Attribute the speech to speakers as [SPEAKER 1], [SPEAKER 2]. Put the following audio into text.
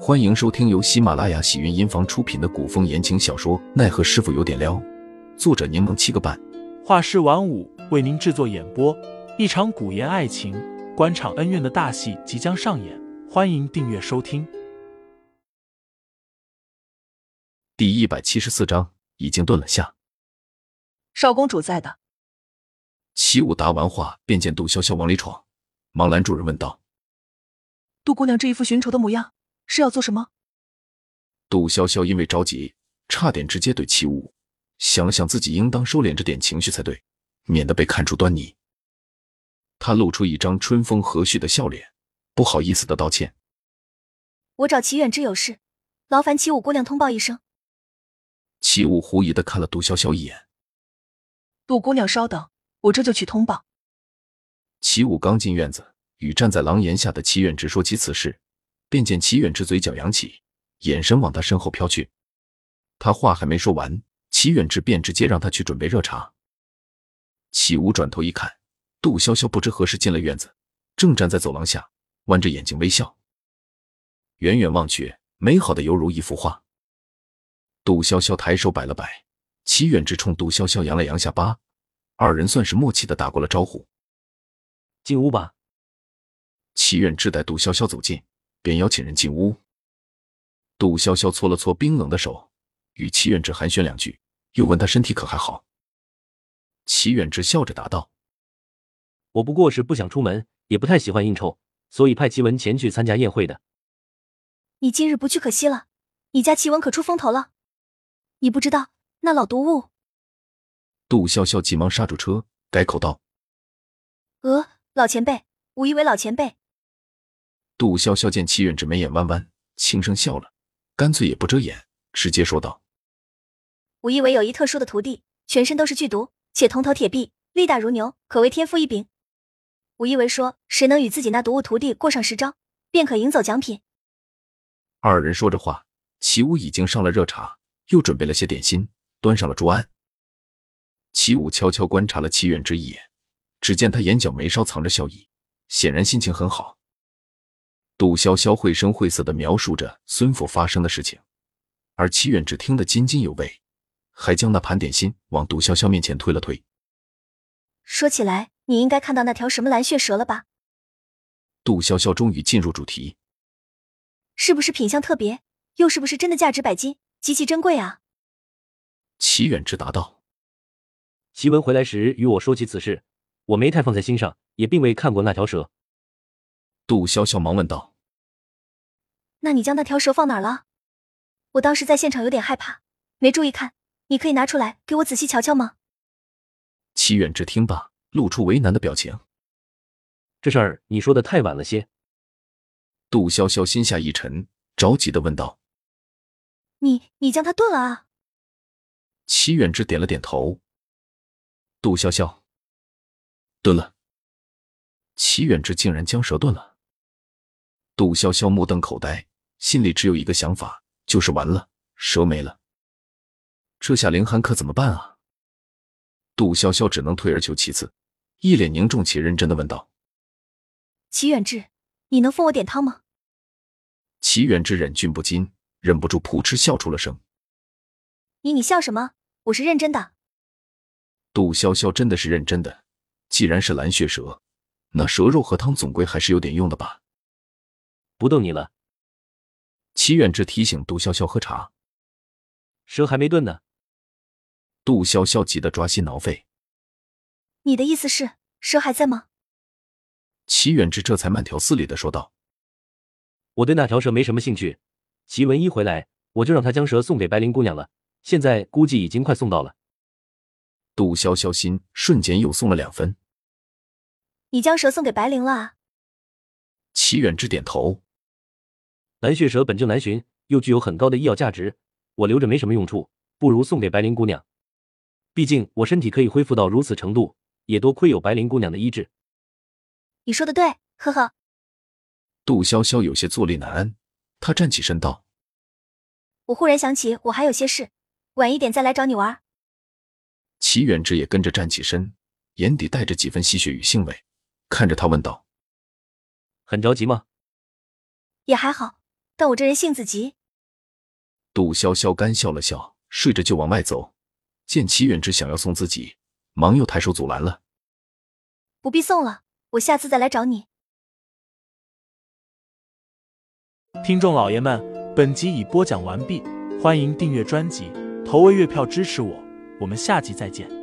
[SPEAKER 1] 欢迎收听由喜马拉雅喜云音房出品的古风言情小说《奈何师傅有点撩》，作者柠檬七个半，
[SPEAKER 2] 画师晚舞为您制作演播。一场古言爱情、官场恩怨的大戏即将上演，欢迎订阅收听。
[SPEAKER 1] 第一百七十四章已经顿了下。
[SPEAKER 3] 少公主在的，
[SPEAKER 1] 齐武答完话，便见杜潇潇往里闯，忙拦住人问道
[SPEAKER 3] 杜姑娘这一副寻仇的模样是要做什么？：“
[SPEAKER 1] 杜潇潇因为着急，差点直接怼齐武。想了想，自己应当收敛着点情绪才对，免得被看出端倪。”他露出一张春风和煦的笑脸，不好意思的道歉。
[SPEAKER 4] 我找齐远之有事，劳烦齐五姑娘通报一声。
[SPEAKER 1] 齐武狐疑的看了杜潇潇一眼。
[SPEAKER 3] 杜姑娘稍等，我这就去通报。
[SPEAKER 1] 齐武刚进院子，与站在廊檐下的齐远之说起此事，便见齐远之嘴角扬起，眼神往他身后飘去。他话还没说完，齐远之便直接让他去准备热茶。齐武转头一看，杜潇潇不知何时进了院子，正站在走廊下，弯着眼睛微笑。远远望去，美好的犹如一幅画。杜潇潇抬手摆了摆，齐远之冲杜潇潇扬了扬下巴，二人算是默契的打过了招呼。
[SPEAKER 2] 进屋吧。
[SPEAKER 1] 齐远志带杜潇潇走近，便邀请人进屋。杜潇潇搓了搓冰冷的手，与齐远志寒暄两句，又问他身体可还好。齐远志笑着答道
[SPEAKER 5] 我不过是不想出门，也不太喜欢应酬，所以派齐文前去参加宴会的。
[SPEAKER 4] 你今日不去可惜了，你家齐文可出风头了。你不知道那老毒物，：“
[SPEAKER 1] 杜潇潇急忙刹住车，改口道
[SPEAKER 4] 呃，老前辈，无一为老前辈，：‘
[SPEAKER 1] 杜潇潇见齐远志眉眼弯弯，轻声笑了，干脆也不遮掩，直接说道
[SPEAKER 4] 无一为有一特殊的徒弟，全身都是剧毒，且铜头铁臂，力大如牛，可谓天赋异禀。无一为说，谁能与自己那毒物徒弟过上十招，便可赢走奖品。：‘
[SPEAKER 1] 二人说着话，齐武已经上了热茶，又准备了些点心，端上了桌案。’齐武悄悄观察了齐远之一眼，只见他眼角眉梢藏着笑意，显然心情很好。杜潇潇绘声绘色地描述着孙府发生的事情，而齐远之听得津津有味，还将那盘点心往杜潇潇面前推了推。
[SPEAKER 4] 说起来，你应该看到那条什么蓝血蛇了吧？
[SPEAKER 1] 杜潇潇终于进入主题，
[SPEAKER 4] 是不是品相特别？又是不是真的价值百金，极其珍贵啊？
[SPEAKER 1] 齐远之答道
[SPEAKER 5] 齐文回来时与我说起此事，我没太放在心上，也并未看过那条蛇。：“
[SPEAKER 1] 杜潇潇忙问道。
[SPEAKER 4] 那你将那条蛇放哪儿了？我当时在现场有点害怕，没注意看。你可以拿出来给我仔细瞧瞧吗？
[SPEAKER 1] 齐远之听罢，露出为难的表情。
[SPEAKER 5] 这事儿你说的太晚了些，
[SPEAKER 1] 杜潇潇心下一沉，着急地问道。
[SPEAKER 4] 你你将它炖了啊？
[SPEAKER 1] 齐远之点了点头。杜潇潇，炖了。齐远之竟然将蛇炖了。杜潇潇目瞪口呆，心里只有一个想法，就是完了，蛇没了。这下凌寒可怎么办啊？杜潇潇只能退而求其次，一脸凝重且认真的问道。
[SPEAKER 4] 齐远志，你能分我点汤吗？
[SPEAKER 1] 齐远之忍俊不禁，忍不住扑哧笑出了声。
[SPEAKER 4] 你你笑什么？我是认真的。
[SPEAKER 1] 杜潇潇真的是认真的，既然是蓝血蛇，那蛇肉和汤总归还是有点用的吧？
[SPEAKER 5] 不逗你了，
[SPEAKER 1] 齐远之提醒杜潇潇喝茶，
[SPEAKER 5] 蛇还没炖呢。
[SPEAKER 1] 杜潇潇急得抓心挠肺。
[SPEAKER 4] 你的意思是蛇还在吗？
[SPEAKER 1] 齐远之这才慢条斯理的说道
[SPEAKER 5] 我对那条蛇没什么兴趣。齐文一回来，我就让他将蛇送给白灵姑娘了，现在估计已经快送到了。：“
[SPEAKER 1] 杜潇潇心瞬间又松了两分。
[SPEAKER 4] 你将蛇送给白灵了啊？”
[SPEAKER 1] 齐远之点头。
[SPEAKER 5] 蓝血蛇本就难寻，又具有很高的医药价值，我留着没什么用处，不如送给白灵姑娘。毕竟我身体可以恢复到如此程度，也多亏有白灵姑娘的医治。
[SPEAKER 4] 你说的对，呵呵。
[SPEAKER 1] 杜潇潇有些坐立难安，她站起身道
[SPEAKER 4] 我忽然想起我还有些事，晚一点再来找你玩儿。：“
[SPEAKER 1] 齐远之也跟着站起身，眼底带着几分戏谑与兴味，看着他问道
[SPEAKER 5] 很着急吗？
[SPEAKER 4] 也还好，但我这人性子急，
[SPEAKER 1] 杜潇潇干笑了笑，睡着就往外走。见齐远之想要送自己，忙又抬手阻拦了。
[SPEAKER 4] 不必送了，我下次再来找你。
[SPEAKER 2] 听众老爷们，本集已播讲完毕，欢迎订阅专辑，投喂月票支持我，我们下集再见。